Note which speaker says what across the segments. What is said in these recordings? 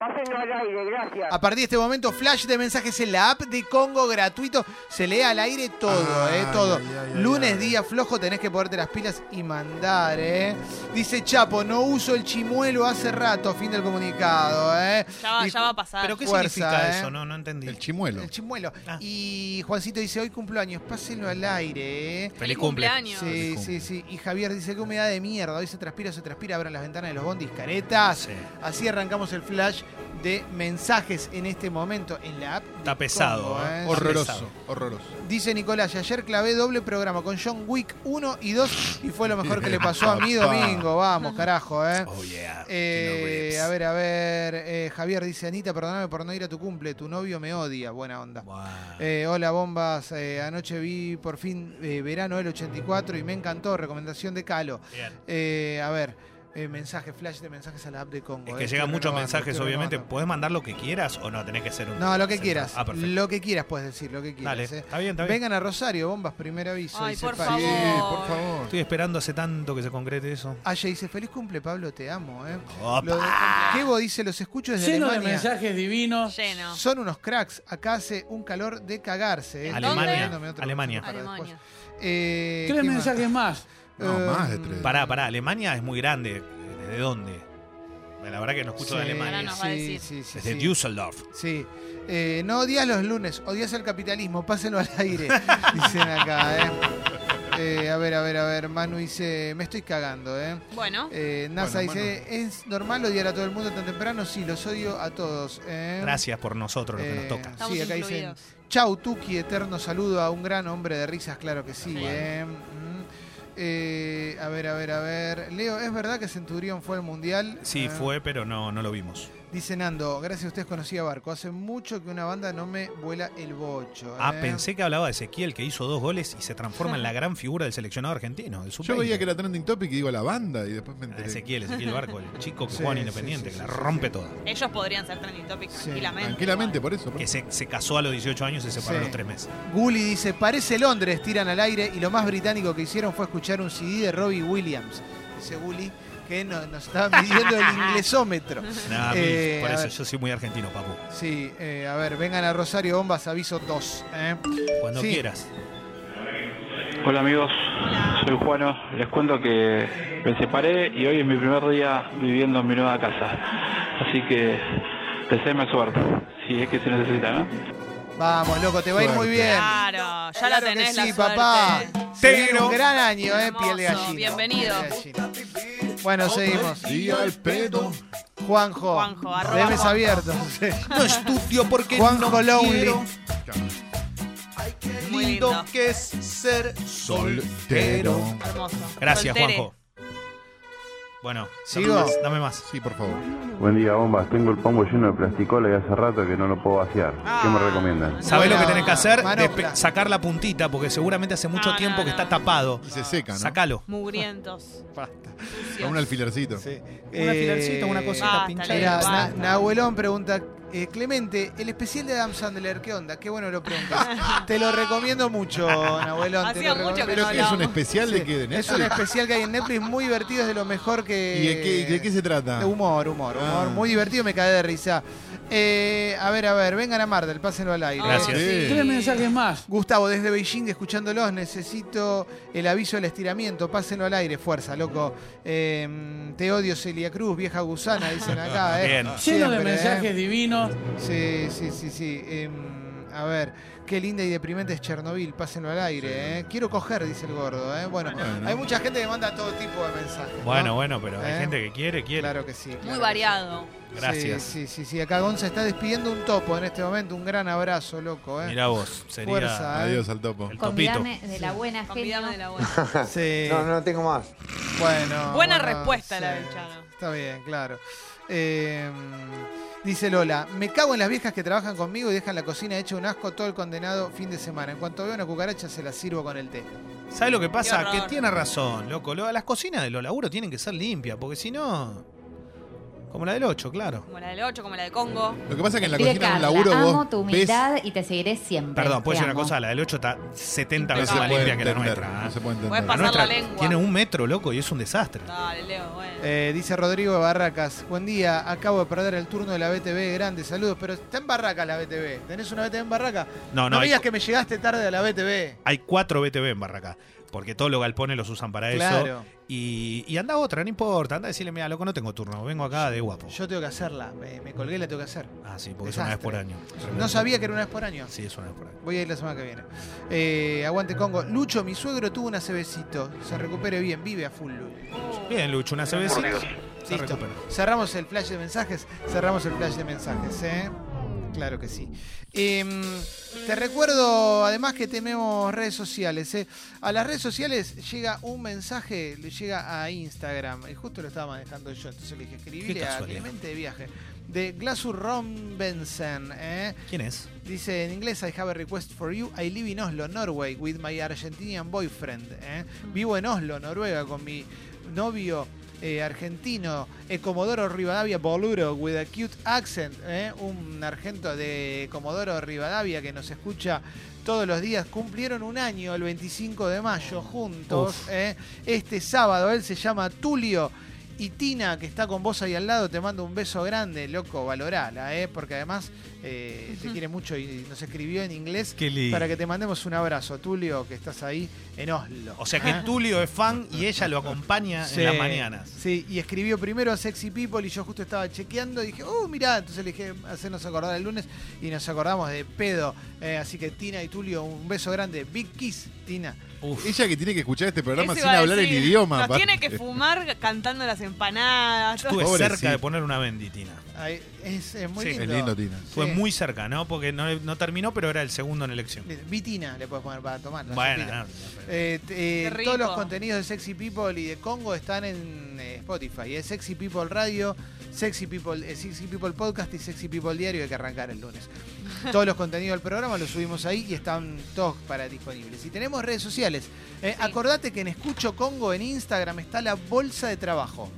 Speaker 1: Pásenlo al aire, gracias.
Speaker 2: A partir de este momento, flash de mensajes en la app de Congo gratuito. Se lee al aire todo,
Speaker 3: Ay,
Speaker 2: ¿eh? Todo.
Speaker 3: Ah, ay, ay, ay,
Speaker 2: Lunes,
Speaker 3: ay.
Speaker 2: día flojo, tenés que ponerte las pilas y mandar, ¿eh? Dice Chapo, no uso el chimuelo hace rato, fin del comunicado, ¿eh?
Speaker 4: Ya va,
Speaker 2: Y-
Speaker 4: Ah, ya va a pasar.
Speaker 5: ¿Pero qué
Speaker 2: Fuerza,
Speaker 5: significa
Speaker 2: eh.
Speaker 5: eso? No, no entendí.
Speaker 3: El chimuelo.
Speaker 2: El chimuelo.
Speaker 5: Ah.
Speaker 2: Y Juancito dice, hoy cumpleaños, pásenlo al aire, ¿eh?
Speaker 5: Feliz cumple.
Speaker 4: cumpleaños.
Speaker 2: Sí,
Speaker 3: Feliz
Speaker 2: sí,
Speaker 3: cumple.
Speaker 2: sí. Y Javier dice, qué humedad de mierda. Hoy se transpira, se transpira, abran las ventanas de los bondis, caretas.
Speaker 5: Sí.
Speaker 2: Así arrancamos el flash de mensajes en este momento en la app. de
Speaker 5: Está pesado, ¿eh?
Speaker 2: Está
Speaker 3: Horroroso,
Speaker 5: pesado.
Speaker 3: horroroso.
Speaker 2: Dice Nicolás, y ayer clavé doble programa con John Wick 1 y 2 y fue lo mejor que le pasó a mi domingo. Vamos, carajo, ¿eh?
Speaker 5: Oh, yeah.
Speaker 2: Eh,
Speaker 5: Kino Reeves.
Speaker 2: a ver, a ver. eh, Javier dice, Anita, perdóname por no ir a tu cumple. Tu novio me odia. Buena onda.
Speaker 5: Buah.
Speaker 2: Eh, hola, bombas. eh, anoche vi por fin eh, Verano del 84 y me encantó. Recomendación de Calo.
Speaker 5: Bien.
Speaker 2: Eh, a ver, eh, mensaje, flash de mensajes a la app de Congo.
Speaker 5: Es
Speaker 2: eh,
Speaker 5: que llegan
Speaker 2: estoy
Speaker 5: muchos
Speaker 2: renovando,
Speaker 5: mensajes,
Speaker 2: estoy
Speaker 5: obviamente.
Speaker 2: renovando.
Speaker 5: ¿Puedes mandar lo que quieras o no? Tenés que ser un.
Speaker 2: No, lo que
Speaker 5: central.
Speaker 2: quieras.
Speaker 5: Ah, perfecto.
Speaker 2: lo que quieras puedes decir, lo que quieras.
Speaker 5: Dale,
Speaker 2: eh.
Speaker 5: está bien, está bien.
Speaker 2: Vengan a Rosario, bombas, primer aviso.
Speaker 4: Ay,
Speaker 2: dice
Speaker 4: por
Speaker 2: Pachi.
Speaker 4: favor.
Speaker 3: Sí, por favor.
Speaker 5: Estoy esperando hace tanto que se concrete eso. Oh,
Speaker 2: Aya Ah, dice, feliz cumple, Pablo, te amo. Eh.
Speaker 5: Opa.
Speaker 2: Lo de- Kevo dice, los escucho desde
Speaker 6: Lleno de
Speaker 2: Alemania.
Speaker 6: mensajes divinos.
Speaker 4: Lleno.
Speaker 2: Son unos cracks. Acá hace un calor de cagarse. eh.
Speaker 4: ¿En dónde?
Speaker 2: Estoy dándome otro
Speaker 5: Alemania.
Speaker 2: consejo para
Speaker 4: Alemania.
Speaker 2: después. Eh,
Speaker 6: Tres
Speaker 2: ¿qué más?
Speaker 6: mensajes más.
Speaker 3: No,
Speaker 2: Eh,
Speaker 3: más de tres.
Speaker 5: Pará, pará. Alemania es muy grande. ¿Desde dónde? La verdad que no escucho de
Speaker 2: sí,
Speaker 5: Alemania.
Speaker 4: Ahora nos va a
Speaker 2: sí,
Speaker 4: decir.
Speaker 2: sí, sí,
Speaker 5: Desde
Speaker 2: sí.
Speaker 5: Düsseldorf.
Speaker 2: Sí. Eh, no odias los lunes, odias el capitalismo, pásenlo al aire, dicen acá, ¿eh? Eh, A ver, a ver, a ver, Manu dice, me estoy cagando, ¿eh?
Speaker 4: Bueno,
Speaker 2: Eh, NASA
Speaker 3: Bueno,
Speaker 2: dice, ¿es normal odiar a todo el mundo tan temprano? Sí, los odio a todos. ¿eh?
Speaker 5: Gracias por nosotros, lo que
Speaker 2: Eh,
Speaker 5: nos toca.
Speaker 4: estamos
Speaker 2: sí, acá dicen-
Speaker 4: incluidos.
Speaker 2: Chau, Tuki, eterno saludo a un gran hombre de risas, claro que sí,
Speaker 4: Sí.
Speaker 2: ¿eh? Mm. Eh, a ver, a ver, a ver. Leo, ¿es verdad que Centurión fue al mundial?
Speaker 5: Sí,
Speaker 2: Eh,
Speaker 5: fue, pero no, no lo vimos.
Speaker 2: Dice Nando, gracias a ustedes conocí a Barco. Hace mucho que una banda no me vuela el bocho.
Speaker 5: Ah,
Speaker 2: ¿eh?
Speaker 5: pensé que hablaba de Ezequiel, que hizo dos goles y se transforma en la gran figura del seleccionado argentino. del
Speaker 3: Yo
Speaker 5: sub-20.
Speaker 3: veía que era trending topic y digo la banda y después me
Speaker 5: Ah,
Speaker 3: enteré.
Speaker 5: Ezequiel, Ezequiel Barco, el chico que
Speaker 2: Sí,
Speaker 5: juega en
Speaker 2: sí,
Speaker 5: Independiente,
Speaker 2: sí,
Speaker 5: que la
Speaker 2: sí, sí,
Speaker 5: rompe
Speaker 2: sí.
Speaker 5: toda.
Speaker 4: ellos podrían ser trending topic
Speaker 2: Sí,
Speaker 4: tranquilamente.
Speaker 3: Tranquilamente, por eso. por
Speaker 5: Que
Speaker 3: eso.
Speaker 5: se, se casó a los 18 años y se separó
Speaker 2: Sí.
Speaker 5: a los 3 meses.
Speaker 2: Gully dice, parece Londres, tiran al aire y lo más británico que hicieron fue escuchar un CD de Robbie Williams. Dice Gully que no- nos estaba midiendo el inglesómetro.
Speaker 5: Nah, mil,
Speaker 2: Eh,
Speaker 5: por
Speaker 2: a
Speaker 5: eso
Speaker 2: ver.
Speaker 5: yo soy muy argentino, papu.
Speaker 2: Sí, eh, a ver, vengan a Rosario Bombas, aviso 2. ¿eh?
Speaker 5: Cuando
Speaker 2: Sí.
Speaker 5: quieras.
Speaker 7: Hola amigos,
Speaker 4: Hola.
Speaker 7: soy Juano. Les cuento que me separé y hoy es mi primer día viviendo en mi nueva casa. Así que deseenme suerte, si es que se necesita, ¿no?
Speaker 2: Vamos, loco, te va a ir muy
Speaker 3: Suerte.
Speaker 2: bien.
Speaker 4: Claro, Ah, ya la
Speaker 2: Claro que
Speaker 4: tenés
Speaker 2: sí,
Speaker 4: la suerte.
Speaker 2: papá. Se viene
Speaker 5: Negro.
Speaker 2: un gran año, eh,
Speaker 4: Hermoso,
Speaker 2: piel de gallina.
Speaker 4: bienvenido.
Speaker 2: Piel de gallina. Bueno, seguimos.
Speaker 3: Y al pedo.
Speaker 2: Juanjo.
Speaker 4: Juanjo, arroba
Speaker 2: Debes
Speaker 4: Juanjo.
Speaker 2: abierto. Sí.
Speaker 5: No estudio porque
Speaker 2: Juanjo
Speaker 5: no
Speaker 2: Lonely.
Speaker 5: quiero.
Speaker 4: Muy lindo.
Speaker 5: que es ser
Speaker 3: Soltero.
Speaker 4: Hermoso.
Speaker 5: Gracias,
Speaker 4: Soltere.
Speaker 5: Juanjo. Bueno,
Speaker 2: ¿Sigo?
Speaker 5: Dame, más, dame más.
Speaker 3: Sí, por favor.
Speaker 8: Buen día, bombas. Tengo el pombo lleno de plasticola y hace rato que no lo puedo vaciar. ¿Qué me
Speaker 4: Ah.
Speaker 8: recomiendan?
Speaker 5: ¿Sabés
Speaker 2: Buena
Speaker 5: lo que tenés que hacer?
Speaker 2: manopla.
Speaker 5: Despe- Sacar la puntita, porque seguramente hace mucho
Speaker 4: No,
Speaker 5: tiempo
Speaker 4: no,
Speaker 5: que
Speaker 4: no.
Speaker 5: está tapado.
Speaker 3: Y se seca, ¿no?
Speaker 5: Sacalo.
Speaker 4: Mugrientos. sucios.
Speaker 3: Con un alfilercito.
Speaker 2: Eh,
Speaker 5: alfilercito, una cosita
Speaker 4: basta,
Speaker 5: pinchada.
Speaker 4: Leo,
Speaker 2: Mira, Na-
Speaker 4: Ah, basta.
Speaker 2: Nahuelón pregunta, eh, Clemente, el especial de Adam Sandler, ¿qué onda? Qué bueno lo preguntas. te lo recomiendo mucho, Nahuelón. te
Speaker 4: Hacía
Speaker 2: lo
Speaker 4: mucho
Speaker 2: recomiendo.
Speaker 3: ¿Pero
Speaker 4: no
Speaker 3: qué es un
Speaker 4: hablamos.
Speaker 3: especial de qué? ¿De
Speaker 2: Es un
Speaker 3: Netflix?
Speaker 2: especial que hay en Netflix muy divertido, es de lo mejor que...
Speaker 3: ¿Y de qué, de qué se trata?
Speaker 2: De humor, humor,
Speaker 3: Ah.
Speaker 2: humor. Muy divertido, me caí de risa. Eh, a ver, a ver, vengan a Mardel, pásenlo al aire.
Speaker 5: Gracias.
Speaker 3: Sí.
Speaker 6: Tres mensajes más.
Speaker 2: Gustavo, desde Beijing, escuchándolos, necesito el aviso del estiramiento. Pásenlo al aire, fuerza, loco. Eh, te odio, Celia Cruz, vieja gusana, dicen acá, ¿eh?
Speaker 5: Bien.
Speaker 6: Lleno
Speaker 2: Siempre,
Speaker 6: de mensajes divinos.
Speaker 2: ¿eh? Sí, sí, sí, sí. Eh, a ver, qué linda y deprimente es Chernobyl, pásenlo al aire, ¿eh? Quiero coger, dice el gordo, ¿eh? Bueno,
Speaker 3: Bueno.
Speaker 2: hay mucha gente que manda todo tipo de mensajes. ¿no?
Speaker 5: Bueno, bueno, pero hay
Speaker 2: Eh.
Speaker 5: gente que quiere, quiere.
Speaker 2: Claro que sí. claro
Speaker 4: Muy
Speaker 2: que
Speaker 4: variado.
Speaker 2: sí.
Speaker 5: Gracias.
Speaker 2: Sí, sí, sí, sí. Acá Gonza está despidiendo un topo en este momento. Un gran abrazo, loco, ¿eh?
Speaker 5: Mirá vos, sería
Speaker 2: Fuerza, ¿eh?
Speaker 3: Adiós al topo.
Speaker 5: el topito.
Speaker 9: Convidame de la buena
Speaker 4: Convidame de
Speaker 9: gente.
Speaker 4: la buena.
Speaker 2: Sí.
Speaker 6: tengo más.
Speaker 2: Bueno.
Speaker 4: Buena
Speaker 2: bueno,
Speaker 4: respuesta la
Speaker 2: sí.
Speaker 4: del Chano.
Speaker 2: Está bien, claro. Eh, dice Lola, me cago en las viejas que trabajan conmigo y dejan la cocina hecha un asco todo el condenado fin de semana. En cuanto veo una cucaracha se la sirvo con el té.
Speaker 5: ¿Sabes lo que pasa?
Speaker 4: horror.
Speaker 5: Que tiene razón, loco. Lo- Las cocinas de los laburos tienen que ser limpias, porque si no. Como la del 8, claro.
Speaker 4: Como la del ocho, como la de Congo.
Speaker 3: Lo que pasa es que en la
Speaker 1: Escribe
Speaker 3: cocina, en un
Speaker 1: Carla,
Speaker 3: laburo,
Speaker 1: amo
Speaker 3: vos
Speaker 1: tu
Speaker 3: ves...
Speaker 1: humildad y te seguiré siempre.
Speaker 5: Perdón, puede
Speaker 1: Te
Speaker 5: ser una
Speaker 1: amo.
Speaker 5: cosa, la del 8 está 70
Speaker 4: No
Speaker 5: veces
Speaker 4: se
Speaker 5: más
Speaker 4: puede
Speaker 5: limpia que la
Speaker 3: entender,
Speaker 5: nuestra.
Speaker 3: No
Speaker 5: ¿eh?
Speaker 3: se puede
Speaker 4: Puede
Speaker 5: La
Speaker 3: entender.
Speaker 4: pasar la
Speaker 5: nuestra
Speaker 4: lengua.
Speaker 5: tiene un metro, loco, y es un desastre.
Speaker 4: Dale, Leo, bueno.
Speaker 2: Eh, dice Rodrigo Barracas, buen día, acabo de perder el turno de la BTV, grande, saludos, pero está en Barracas la BTV, ¿tenés una BTV en Barracas?
Speaker 5: No,
Speaker 2: No,
Speaker 5: no, hay,
Speaker 2: digas que me llegaste tarde a la BTV.
Speaker 5: hay cuatro BTV en Barraca. Porque todos los galpones los usan para eso.
Speaker 2: Claro,
Speaker 5: Y, y anda otra, no importa. Anda a decirle, mira, loco, no tengo turno. Vengo acá de guapo.
Speaker 2: yo tengo que hacerla, me, me colgué y la tengo que hacer.
Speaker 5: Ah, sí, porque es una vez por año.
Speaker 2: No sabía que era una vez por año.
Speaker 5: Sí, es una vez por año.
Speaker 2: Voy a ir la semana que viene. Eh, aguante Congo. Lucho, mi suegro tuvo un acebecito. Se recupere bien, vive a full. Lucho.
Speaker 5: Bien, Lucho, una cervecita.
Speaker 2: Listo.
Speaker 5: Se recupera.
Speaker 2: Cerramos el flash de mensajes. Cerramos el flash de mensajes, ¿eh? Claro que sí. Em, te recuerdo además que tenemos redes sociales. ¿eh? A las redes sociales llega un mensaje, le llega a Instagram. Y justo lo estaba manejando yo, entonces le dije, escribile a
Speaker 5: casualidad.
Speaker 2: Clemente de viaje. De Glasur Rombensen, ¿eh?
Speaker 5: ¿Quién es?
Speaker 2: Dice en inglés, I have a request for you. I live in Oslo, Norway, with my Argentinian boyfriend. ¿eh? Vivo en Oslo, Noruega, con mi novio eh, argentino, eh, Comodoro Rivadavia Boluro, with a cute accent. ¿eh? Un argento de Comodoro Rivadavia que nos escucha todos los días. Cumplieron un año el 25 de mayo juntos. ¿eh? Este sábado, él se llama Tulio. Y Tina, que está con vos ahí al lado, te mando un beso grande, loco, valorala, ¿eh? porque además eh, te
Speaker 4: Ujú.
Speaker 2: quiere mucho y nos escribió en inglés
Speaker 5: Qué lindo.
Speaker 2: para que te mandemos un abrazo, Tulio, que estás ahí en Oslo.
Speaker 5: O sea que Tulio es fan y ella lo acompaña
Speaker 2: Sí.
Speaker 5: en las mañanas.
Speaker 2: Sí, y escribió primero a Sexy People y yo justo estaba chequeando y dije, uh, mirá, entonces le dije, hacernos acordar el lunes y nos acordamos de pedo. Eh, así que Tina y Tulio, un beso grande. Big Kiss, Tina.
Speaker 5: Uf.
Speaker 3: Ella que tiene que escuchar este programa
Speaker 4: Eso
Speaker 3: sin
Speaker 4: iba a
Speaker 3: hablar el
Speaker 4: decir.
Speaker 3: idioma.
Speaker 4: Nos
Speaker 3: aparte.
Speaker 4: tiene que fumar cantando las empanadas. todo.
Speaker 5: Estuve
Speaker 3: Pobrecito.
Speaker 5: cerca de poner una benditina.
Speaker 2: Ay, es, es muy
Speaker 5: Sí,
Speaker 2: lindo.
Speaker 3: Es lindo, Tina.
Speaker 5: Fue
Speaker 2: Sí.
Speaker 5: muy cerca, ¿no? Porque no, no terminó, pero era el segundo en elección.
Speaker 2: Vitina Eh, le puedes poner para tomar. la
Speaker 5: Bueno,
Speaker 2: sopita.
Speaker 5: no, no, pero-
Speaker 2: Eh, t- eh,
Speaker 4: Qué rico.
Speaker 2: todos los contenidos de Sexy People y de Congo están en eh, Spotify. Es Sexy People Radio, Sexy People, eh, Sexy People Podcast y Sexy People Diario. Hay que arrancar el lunes. todos los contenidos del programa los subimos ahí y están todos para disponibles. Y tenemos redes sociales. Eh,
Speaker 4: Sí.
Speaker 2: Acordate que en Escucho Congo en Instagram está la bolsa de trabajo.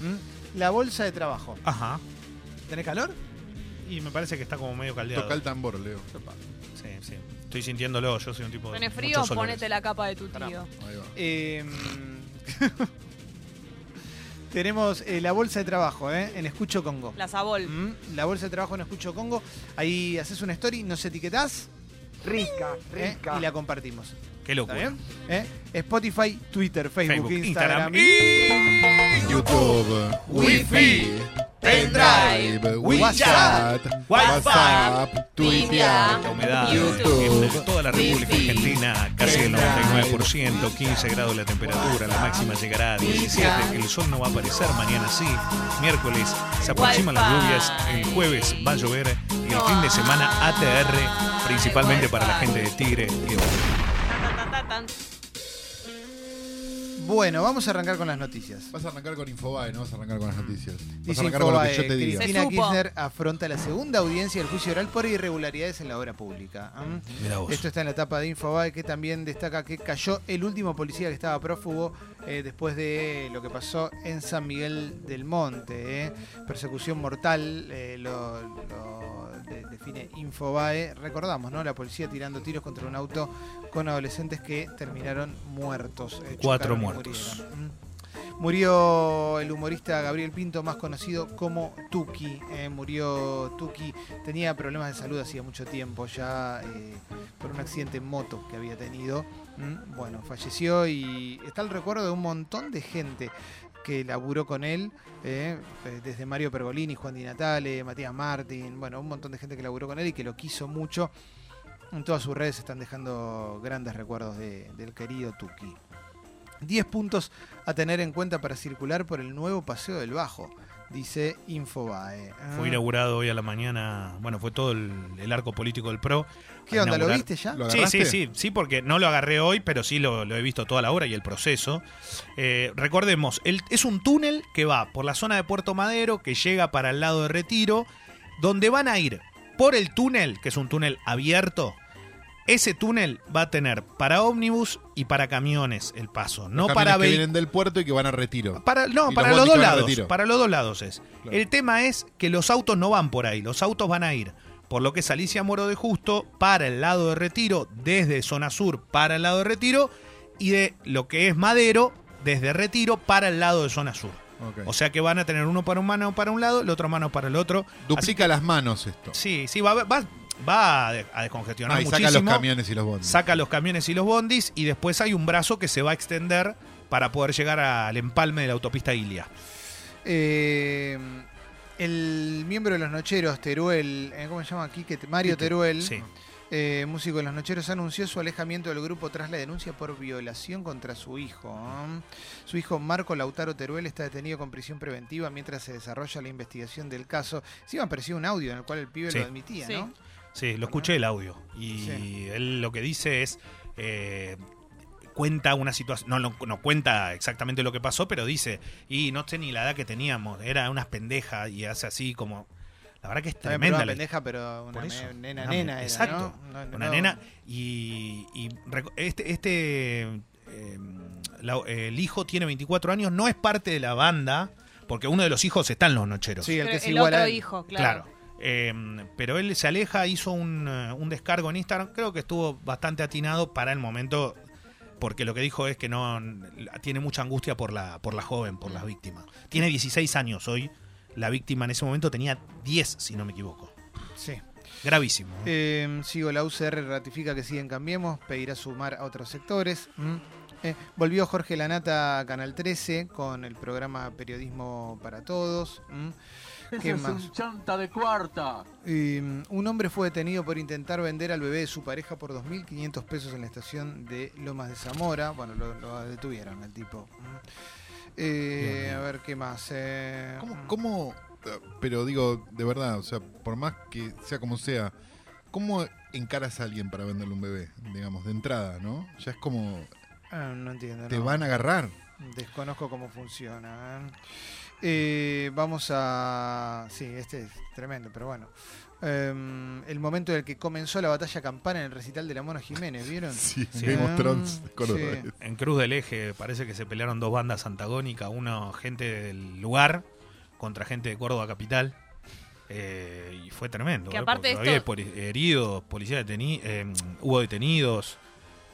Speaker 2: ¿Mm? La bolsa de trabajo.
Speaker 5: Ajá.
Speaker 2: ¿Tenés calor?
Speaker 5: Y me parece que está como medio caldeado.
Speaker 3: Toca el tambor, Leo.
Speaker 5: Sí, sí. Estoy sintiéndolo, yo soy un tipo de.
Speaker 4: Tenés frío,
Speaker 5: muchos olores.
Speaker 4: ponete la capa de tu
Speaker 2: Pará.
Speaker 4: tío.
Speaker 3: Ahí va.
Speaker 2: Eh, tenemos eh, la bolsa de trabajo ¿eh? en Escucho Congo.
Speaker 4: La sabol.
Speaker 2: Mm, La bolsa de trabajo en Escucho Congo. Ahí haces una story, nos etiquetás. Rica, rica. Eh, Y la compartimos.
Speaker 5: Qué
Speaker 2: ¿Está
Speaker 5: locura.
Speaker 2: bien? ¿Eh? Spotify, Twitter, Facebook,
Speaker 5: Facebook,
Speaker 2: Instagram.
Speaker 5: Instagram.
Speaker 3: YouTube, Wi-Fi, Pendrive, WhatsApp, WhatsApp, Twitter.
Speaker 5: La humedad
Speaker 3: YouTube.
Speaker 5: en toda la República Argentina, casi el 99%, 15 grados la temperatura, la máxima llegará a 17, el sol no va a aparecer, mañana sí, miércoles se aproximan las lluvias, el jueves va a llover y el fin de semana ATR, principalmente para la gente de Tigre y de Boca.
Speaker 4: Tan, tan, tan, tan.
Speaker 2: Bueno, vamos a arrancar con las noticias.
Speaker 3: Vas a arrancar con Infobae, no vas a arrancar con las noticias. Vas a
Speaker 2: Dice
Speaker 3: arrancar con lo que yo
Speaker 2: Infobae,
Speaker 3: te
Speaker 4: Cris.
Speaker 3: diga.
Speaker 2: Cristina
Speaker 4: Se supo.
Speaker 2: Kirchner afronta la segunda audiencia del juicio oral por irregularidades en la obra pública. ¿Mm?
Speaker 5: Mirá vos.
Speaker 2: Esto está en la etapa de Infobae, que también destaca que cayó el último policía que estaba prófugo eh, después de lo que pasó en San Miguel del Monte. ¿eh? Persecución mortal, eh, lo, lo de- define Infobae. Recordamos, ¿no? La policía tirando tiros contra un auto con adolescentes que terminaron muertos. eh,
Speaker 5: Cuatro
Speaker 2: chocaron y
Speaker 5: muertos.
Speaker 2: murieron. Mm. Murió el humorista Gabriel Pinto, más conocido como Tuki. eh, murió Tuki, tenía problemas de salud hacía mucho tiempo ya eh, por un accidente en moto que había tenido. ¿m? Bueno, falleció y está el recuerdo de un montón de gente que laburó con él, eh, eh, desde Mario Pergolini, Juan Di Natale, Matías Martín, bueno, un montón de gente que laburó con él y que lo quiso mucho. En todas sus redes están dejando grandes recuerdos de- del querido Tuki. 10 puntos a tener en cuenta para circular por el nuevo Paseo del Bajo, dice Infobae. Ah,
Speaker 5: Fue inaugurado hoy a la mañana, bueno, fue todo el, el arco político del PRO.
Speaker 2: ¿Qué
Speaker 5: a
Speaker 2: onda? ¿Lo
Speaker 5: inaugurar-
Speaker 2: viste ya?
Speaker 3: Lo
Speaker 5: Sí, sí,
Speaker 3: agarraste?
Speaker 5: sí, sí, porque no lo agarré hoy, pero sí lo, lo he visto toda la hora y el proceso. Eh, recordemos, el- es un túnel que va por la zona de Puerto Madero, que llega para el lado de Retiro, donde van a ir por el túnel, que es un túnel abierto, Ese túnel va a tener para ómnibus y para camiones el paso, no
Speaker 3: Los camiones
Speaker 5: para
Speaker 3: que
Speaker 5: vehículos.
Speaker 3: vienen del puerto y que van a retiro.
Speaker 5: Para, no,
Speaker 3: Y
Speaker 5: para los
Speaker 3: los bondis
Speaker 5: dos
Speaker 3: que van al
Speaker 5: lados.
Speaker 3: retiro.
Speaker 5: Para los dos lados es.
Speaker 3: Claro.
Speaker 5: El tema es que los autos no van por ahí, los autos van a ir. Por lo que es Alicia Moro de Justo para el lado de Retiro, desde Zona Sur para el lado de Retiro, y de lo que es Madero, desde Retiro para el lado de Zona Sur.
Speaker 3: Ok.
Speaker 5: O sea que van a tener uno para un mano para un lado, el otro mano para el otro. Así-
Speaker 3: Duplica las manos esto.
Speaker 5: sí, sí, va, va, va a, de- a descongestionar
Speaker 3: Ah, y
Speaker 5: muchísimo
Speaker 3: saca los camiones y los bondes.
Speaker 5: saca los camiones y los bondis y después hay un brazo que se va a extender para poder llegar al empalme de la autopista Ilia.
Speaker 2: Eh, el miembro de los Nocheros, Teruel, eh, ¿cómo se llama aquí? Mario Teruel,
Speaker 5: Sí.
Speaker 2: eh, músico de los Nocheros, anunció su alejamiento del grupo tras la denuncia por violación contra su hijo. Su hijo Marco Lautaro Teruel está detenido con prisión preventiva mientras se desarrolla la investigación del caso. Sí, me apareció un audio en el cual el pibe
Speaker 5: Sí.
Speaker 2: lo admitía,
Speaker 4: Sí.
Speaker 2: ¿no?
Speaker 5: Sí, lo escuché el audio. Y
Speaker 2: Sí.
Speaker 5: él lo que dice es. eh, cuenta una situación. No, no, no cuenta exactamente lo que pasó, pero dice. Y no sé ni la edad que teníamos. Era unas pendejas y hace así como. La verdad que es
Speaker 2: También pero
Speaker 5: tremenda.
Speaker 2: una
Speaker 5: la-
Speaker 2: pendeja, pero una
Speaker 5: Por
Speaker 2: me-
Speaker 5: eso.
Speaker 2: nena,
Speaker 5: Una-
Speaker 2: nena. era,
Speaker 5: Exacto.
Speaker 2: ¿no? No,
Speaker 5: Una
Speaker 2: no.
Speaker 5: nena. Y, y reco- este, este eh, la- el hijo tiene 24 años, no es parte de la banda, porque uno de los hijos está en los nocheros.
Speaker 2: Sí, el
Speaker 4: Pero
Speaker 2: que es
Speaker 4: el
Speaker 2: igual a
Speaker 4: otro
Speaker 2: él.
Speaker 4: hijo, claro.
Speaker 5: Claro. Eh, pero él se aleja, hizo un, eh, un descargo en Instagram. Creo que estuvo bastante atinado para el momento, porque lo que dijo es que no tiene mucha angustia por la, por la joven, por las víctimas. Tiene 16 años hoy. La víctima en ese momento tenía 10, si no me equivoco.
Speaker 2: Sí.
Speaker 5: Gravísimo. ¿eh?
Speaker 2: Eh, sigo, la UCR ratifica que siguen Cambiemos, pedirá sumar a otros sectores. Mm. Eh, volvió Jorge Lanata a Canal 13 con el programa Periodismo para Todos. Mm. ¿Qué más?
Speaker 6: chanta de cuarta.
Speaker 2: Eh, un hombre fue detenido por intentar vender al bebé de su pareja por 2.500 pesos en la estación de Lomas de Zamora. Bueno, lo, lo detuvieron el tipo. Mm. Eh, a ver, ¿qué más? Eh,
Speaker 3: ¿Cómo, cómo- eh, Pero digo, de verdad, o sea, por más que sea como sea, ¿cómo encaras a alguien para venderle un bebé? Digamos, de entrada, ¿no? Ya es como.
Speaker 2: Ah, no entiendo.
Speaker 3: Te
Speaker 2: no.
Speaker 3: van a agarrar.
Speaker 2: Desconozco cómo funciona. ¿eh? Eh, vamos a... Sí, este es tremendo, pero bueno. Em, el momento en el que comenzó la batalla campana en el recital de la Mona Jiménez, ¿vieron?
Speaker 3: Sí,
Speaker 5: Sí.
Speaker 3: Game
Speaker 2: Ah,
Speaker 3: of Thrones
Speaker 2: sí.
Speaker 3: cordobés.
Speaker 5: En Cruz del Eje parece que se pelearon dos bandas antagónicas, una gente del lugar contra gente de Córdoba Capital. Eh, y fue tremendo.
Speaker 4: Que
Speaker 5: ¿eh?
Speaker 4: aparte
Speaker 5: Porque
Speaker 4: de
Speaker 5: había
Speaker 4: esto-
Speaker 5: poli- heridos, policías detenidos, hubo detenidos,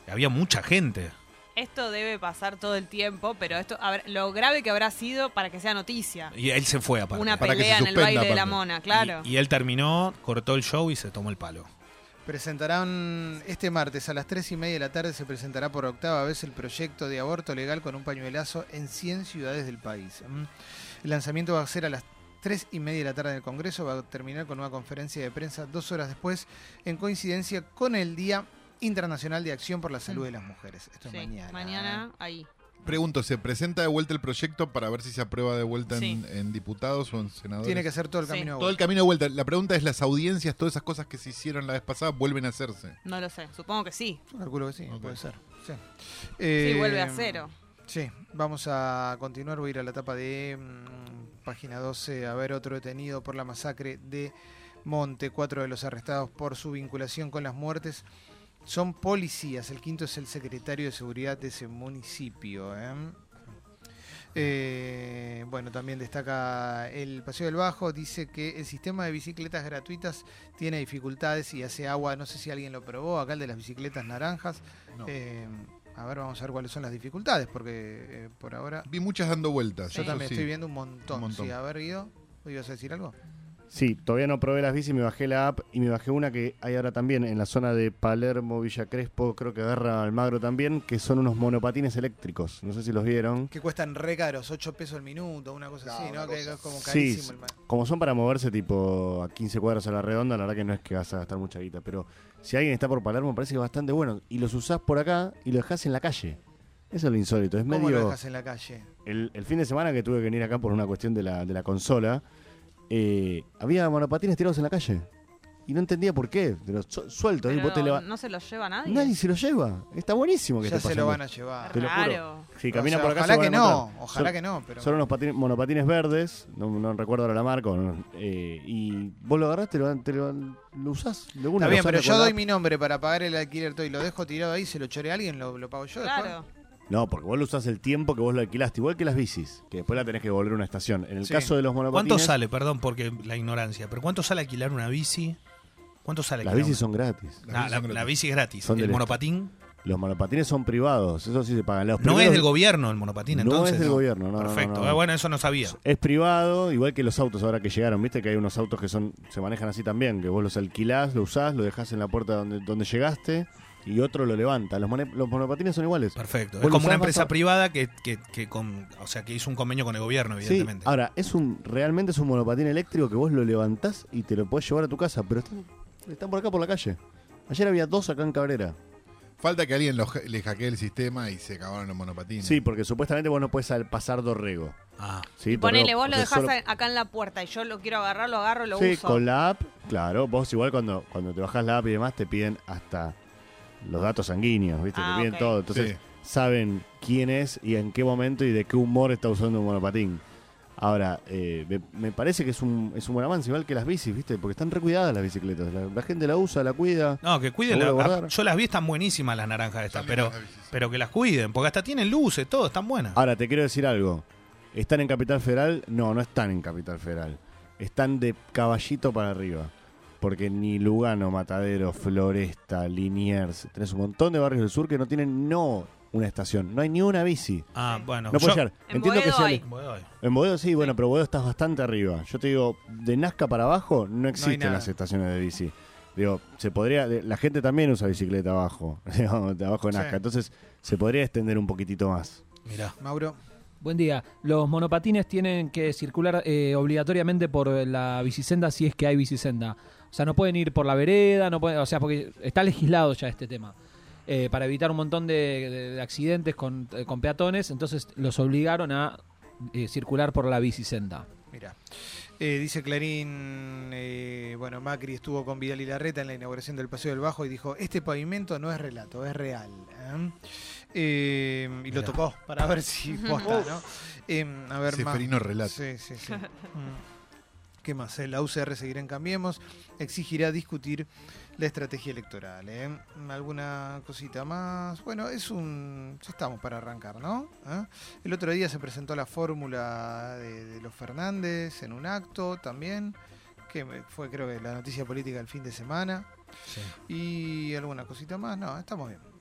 Speaker 5: había mucha gente.
Speaker 4: Esto debe pasar todo el tiempo, pero esto a ver, lo grave que habrá sido para que sea noticia.
Speaker 5: Y él se fue aparte.
Speaker 4: Una
Speaker 3: para que se
Speaker 4: pelea en el
Speaker 3: suspenda,
Speaker 4: baile de la
Speaker 3: aparte.
Speaker 4: mona, claro.
Speaker 5: Y, y él terminó, cortó el show y se tomó el palo.
Speaker 2: Presentarán este martes a las 3 y media de la tarde, se presentará por octava vez el proyecto de aborto legal con un pañuelazo en 100 ciudades del país. Mm. El lanzamiento va a ser a las 3 y media de la tarde en el Congreso, va a terminar con una conferencia de prensa dos horas después, en coincidencia con el Día Internacional de Acción por la Salud de las Mujeres. Esto
Speaker 4: Mm. Sí,
Speaker 2: es mañana. ¿eh?
Speaker 4: mañana ahí.
Speaker 3: Pregunto, ¿se presenta de vuelta el proyecto para ver si se aprueba de vuelta en,
Speaker 4: Sí.
Speaker 3: en diputados o en senadores?
Speaker 2: Tiene que ser todo el
Speaker 4: Sí.
Speaker 2: camino. a
Speaker 3: Todo el
Speaker 2: vuelta.
Speaker 3: camino de vuelta. La pregunta es, ¿las audiencias, todas esas cosas que se hicieron la vez pasada, vuelven a hacerse?
Speaker 4: No lo sé, supongo que sí.
Speaker 2: Yo Calculo que sí,
Speaker 3: Ok.
Speaker 2: puede ser. Sí.
Speaker 4: Sí,
Speaker 2: Eh,
Speaker 4: vuelve a cero.
Speaker 2: Sí, vamos a continuar. Voy a ir a la etapa de mm, página 12. A ver, otro detenido por la masacre de Monte. Cuatro de los arrestados por su vinculación con las muertes son policías. El quinto es el secretario de seguridad de ese municipio. ¿eh? Eh, bueno, también destaca el Paseo del Bajo. Dice que el sistema de bicicletas gratuitas tiene dificultades y hace agua. No sé si alguien lo probó. Acá el de las bicicletas naranjas.
Speaker 3: No.
Speaker 2: Eh, a ver, vamos a ver cuáles son las dificultades, porque eh, por ahora.
Speaker 3: Vi muchas dando vueltas.
Speaker 4: Sí.
Speaker 2: Yo
Speaker 3: eso
Speaker 2: también
Speaker 3: sí.
Speaker 2: estoy viendo un montón.
Speaker 3: Un montón.
Speaker 2: Sí, a ver, Guido, ¿vos ibas a decir algo?
Speaker 1: Sí, todavía no probé las bicis, me bajé la app y me bajé una que hay ahora también en la zona de Palermo, Villa Crespo, creo que agarra Almagro también, que son unos monopatines eléctricos. No sé si los vieron.
Speaker 2: Que cuestan re caros, 8 pesos el minuto, una cosa así, ¿no? Que es como
Speaker 1: Sí,
Speaker 2: carísimo
Speaker 1: sí.
Speaker 2: el ma-
Speaker 1: Como son para moverse tipo a 15 cuadras a la redonda, la verdad que no es que vas a gastar mucha guita, pero si alguien está por Palermo parece que es bastante bueno. Y los usás por acá y los dejás en la calle. Eso es lo insólito, es
Speaker 2: ¿Cómo
Speaker 1: medio...
Speaker 2: lo dejas en la calle?
Speaker 1: El, el fin de semana que tuve que venir acá por una cuestión de la, de la consola, eh, había monopatines tirados en la calle. Y no entendía por qué. De los su- sueltos. y
Speaker 4: Pero
Speaker 1: vos te leva-
Speaker 4: no se los lleva nadie.
Speaker 1: Nadie se lo lleva. Está buenísimo que
Speaker 2: Ya
Speaker 1: esté
Speaker 2: se lo van
Speaker 1: pasando.
Speaker 2: a llevar.
Speaker 1: Te lo
Speaker 4: Claro.
Speaker 1: juro. Si caminas
Speaker 2: O sea,
Speaker 1: por acá
Speaker 2: ojalá
Speaker 1: se van
Speaker 2: que
Speaker 1: a
Speaker 2: no,
Speaker 1: encontrar.
Speaker 2: ojalá
Speaker 1: Son-
Speaker 2: que no, pero
Speaker 1: Son unos patin- monopatines verdes, no, no recuerdo ahora la marca, o no, eh, y vos lo agarrás, te lo, te lo, lo usás de
Speaker 2: Está
Speaker 1: una
Speaker 2: bien,
Speaker 1: lo usás
Speaker 2: pero
Speaker 1: con
Speaker 2: yo
Speaker 1: la-
Speaker 2: doy mi nombre para pagar el alquiler todo y lo dejo tirado ahí, se lo choré a alguien, lo, lo pago yo
Speaker 4: Claro.
Speaker 1: No, porque vos lo usás el tiempo que vos lo alquilaste, igual que las bicis, que después la tenés que volver a una estación. En el
Speaker 2: Sí.
Speaker 1: caso de los monopatines,
Speaker 5: ¿Cuánto sale? Perdón porque la ignorancia, pero ¿cuánto sale alquilar una bici? ¿Cuánto sale
Speaker 1: las
Speaker 5: alquilar
Speaker 1: bicis
Speaker 5: una-
Speaker 1: son gratis.
Speaker 5: Nah, la, la bici es gratis.
Speaker 1: Son
Speaker 5: el
Speaker 1: del
Speaker 5: monopatín
Speaker 1: Los monopatines son privados, pues eso sí se pagan. Los
Speaker 5: no es
Speaker 1: primeros-
Speaker 5: del gobierno el monopatín,
Speaker 1: No
Speaker 5: entonces.
Speaker 1: es del gobierno, no, no,
Speaker 5: Perfecto.
Speaker 1: no, no.
Speaker 5: Ah, bueno, eso no sabía.
Speaker 1: Es privado, igual que los autos ahora que llegaron, viste que hay unos autos que son se manejan así también, que vos los alquilás, lo usás, lo dejás en la puerta donde, donde llegaste y otro lo levanta. Los, mone- los monopatines son iguales.
Speaker 5: Perfecto.
Speaker 1: Vos
Speaker 5: Es
Speaker 1: lo
Speaker 5: como una
Speaker 1: usás, vas
Speaker 5: empresa
Speaker 1: a-
Speaker 5: privada que, que, que con, o sea, que hizo un convenio con el gobierno,
Speaker 1: Sí, ah.
Speaker 5: evidentemente.
Speaker 1: ahora, es un, realmente es un monopatín eléctrico que vos lo levantás y te lo podés llevar a tu casa, pero están, están por acá por la calle. Ayer había dos acá en Cabrera.
Speaker 3: Falta que alguien lo- le hackee el sistema y se acabaron los ¿eh? monopatines.
Speaker 1: Sí, porque supuestamente vos no podés al- pasar dorrego.
Speaker 5: Ah.
Speaker 1: ¿sí?
Speaker 4: Y ponele,
Speaker 1: Dorrego,
Speaker 4: vos lo
Speaker 1: porque
Speaker 4: dejás
Speaker 1: solo-
Speaker 4: a- acá en la puerta y yo lo quiero agarrar, lo agarro, lo
Speaker 1: Sí,
Speaker 4: uso.
Speaker 1: con la app, claro. Vos igual cuando, cuando te bajás la app y demás te piden hasta los datos sanguíneos, ¿viste?
Speaker 4: Ah,
Speaker 1: te piden
Speaker 4: ok.
Speaker 1: todo. Entonces
Speaker 3: Sí.
Speaker 1: saben quién es y en qué momento y de qué humor está usando un monopatín. Ahora, eh, me, me parece que es un, es un buen avance, igual que las bicis, ¿viste? Porque están recuidadas las bicicletas. La, la gente la usa, la cuida.
Speaker 5: No, que cuiden.
Speaker 1: ¿Lo voy a
Speaker 5: la- ah,
Speaker 1: guardar?
Speaker 5: yo las vi, están buenísimas las naranjas estas,
Speaker 3: Son
Speaker 5: pero,
Speaker 3: lindas las bicis.
Speaker 5: pero que las cuiden, porque hasta tienen luces, todo, están buenas.
Speaker 1: Ahora, te quiero decir algo. ¿Están en Capital Federal? No, no están en Capital Federal. Están de caballito para arriba. Porque ni Lugano, Matadero, Floresta, Liniers, tenés un montón de barrios del sur que no tienen no una estación, no hay ni una bici.
Speaker 5: Ah, bueno.
Speaker 1: No
Speaker 5: yo-
Speaker 1: puede llegar.
Speaker 4: En
Speaker 1: Entiendo que
Speaker 4: Boedo
Speaker 1: sea
Speaker 4: hay.
Speaker 5: Voy.
Speaker 1: En Boedo sí, bueno, pero Boedo estás bastante arriba. Yo te digo, de Nazca para abajo no existen
Speaker 2: nada.
Speaker 1: las estaciones de bici. Digo, se podría, de- la gente también usa bicicleta abajo, digamos, de abajo de
Speaker 2: Sí.
Speaker 1: Nazca. Entonces, se podría extender un poquitito más.
Speaker 5: Mirá.
Speaker 2: después. Mauro,
Speaker 9: Buen día. Los monopatines tienen que circular eh, obligatoriamente por la bicisenda si es que hay bicisenda. O sea, no pueden ir por la vereda, no pueden, o sea, porque está legislado ya este tema. Eh, para evitar un montón de, de- de accidentes con, eh, con peatones, entonces los obligaron a eh, circular por la bicisenda.
Speaker 2: mira. Eh, dice Clarín, eh, bueno, Macri estuvo con Vidal y Larreta en la inauguración del Paseo del Bajo y dijo, este pavimento no es relato, es real. ¿eh? Eh, y lo
Speaker 5: Mirá.
Speaker 2: tocó para ver si posta, ¿no? Eh, a ver, más.
Speaker 3: Seferino relata.
Speaker 2: Sí, sí, sí. Mm. ¿Qué más? Eh, La UCR seguirá en Cambiemos. Exigirá discutir la estrategia electoral. ¿eh? ¿Alguna cosita más? Bueno, es un. Ya estamos para arrancar, ¿no? ¿Ah? El otro día se presentó la fórmula de, de los Fernández en un acto también, que me- fue, creo que, la noticia política del fin de semana.
Speaker 5: Sí.
Speaker 2: ¿Y alguna cosita más? No, estamos bien.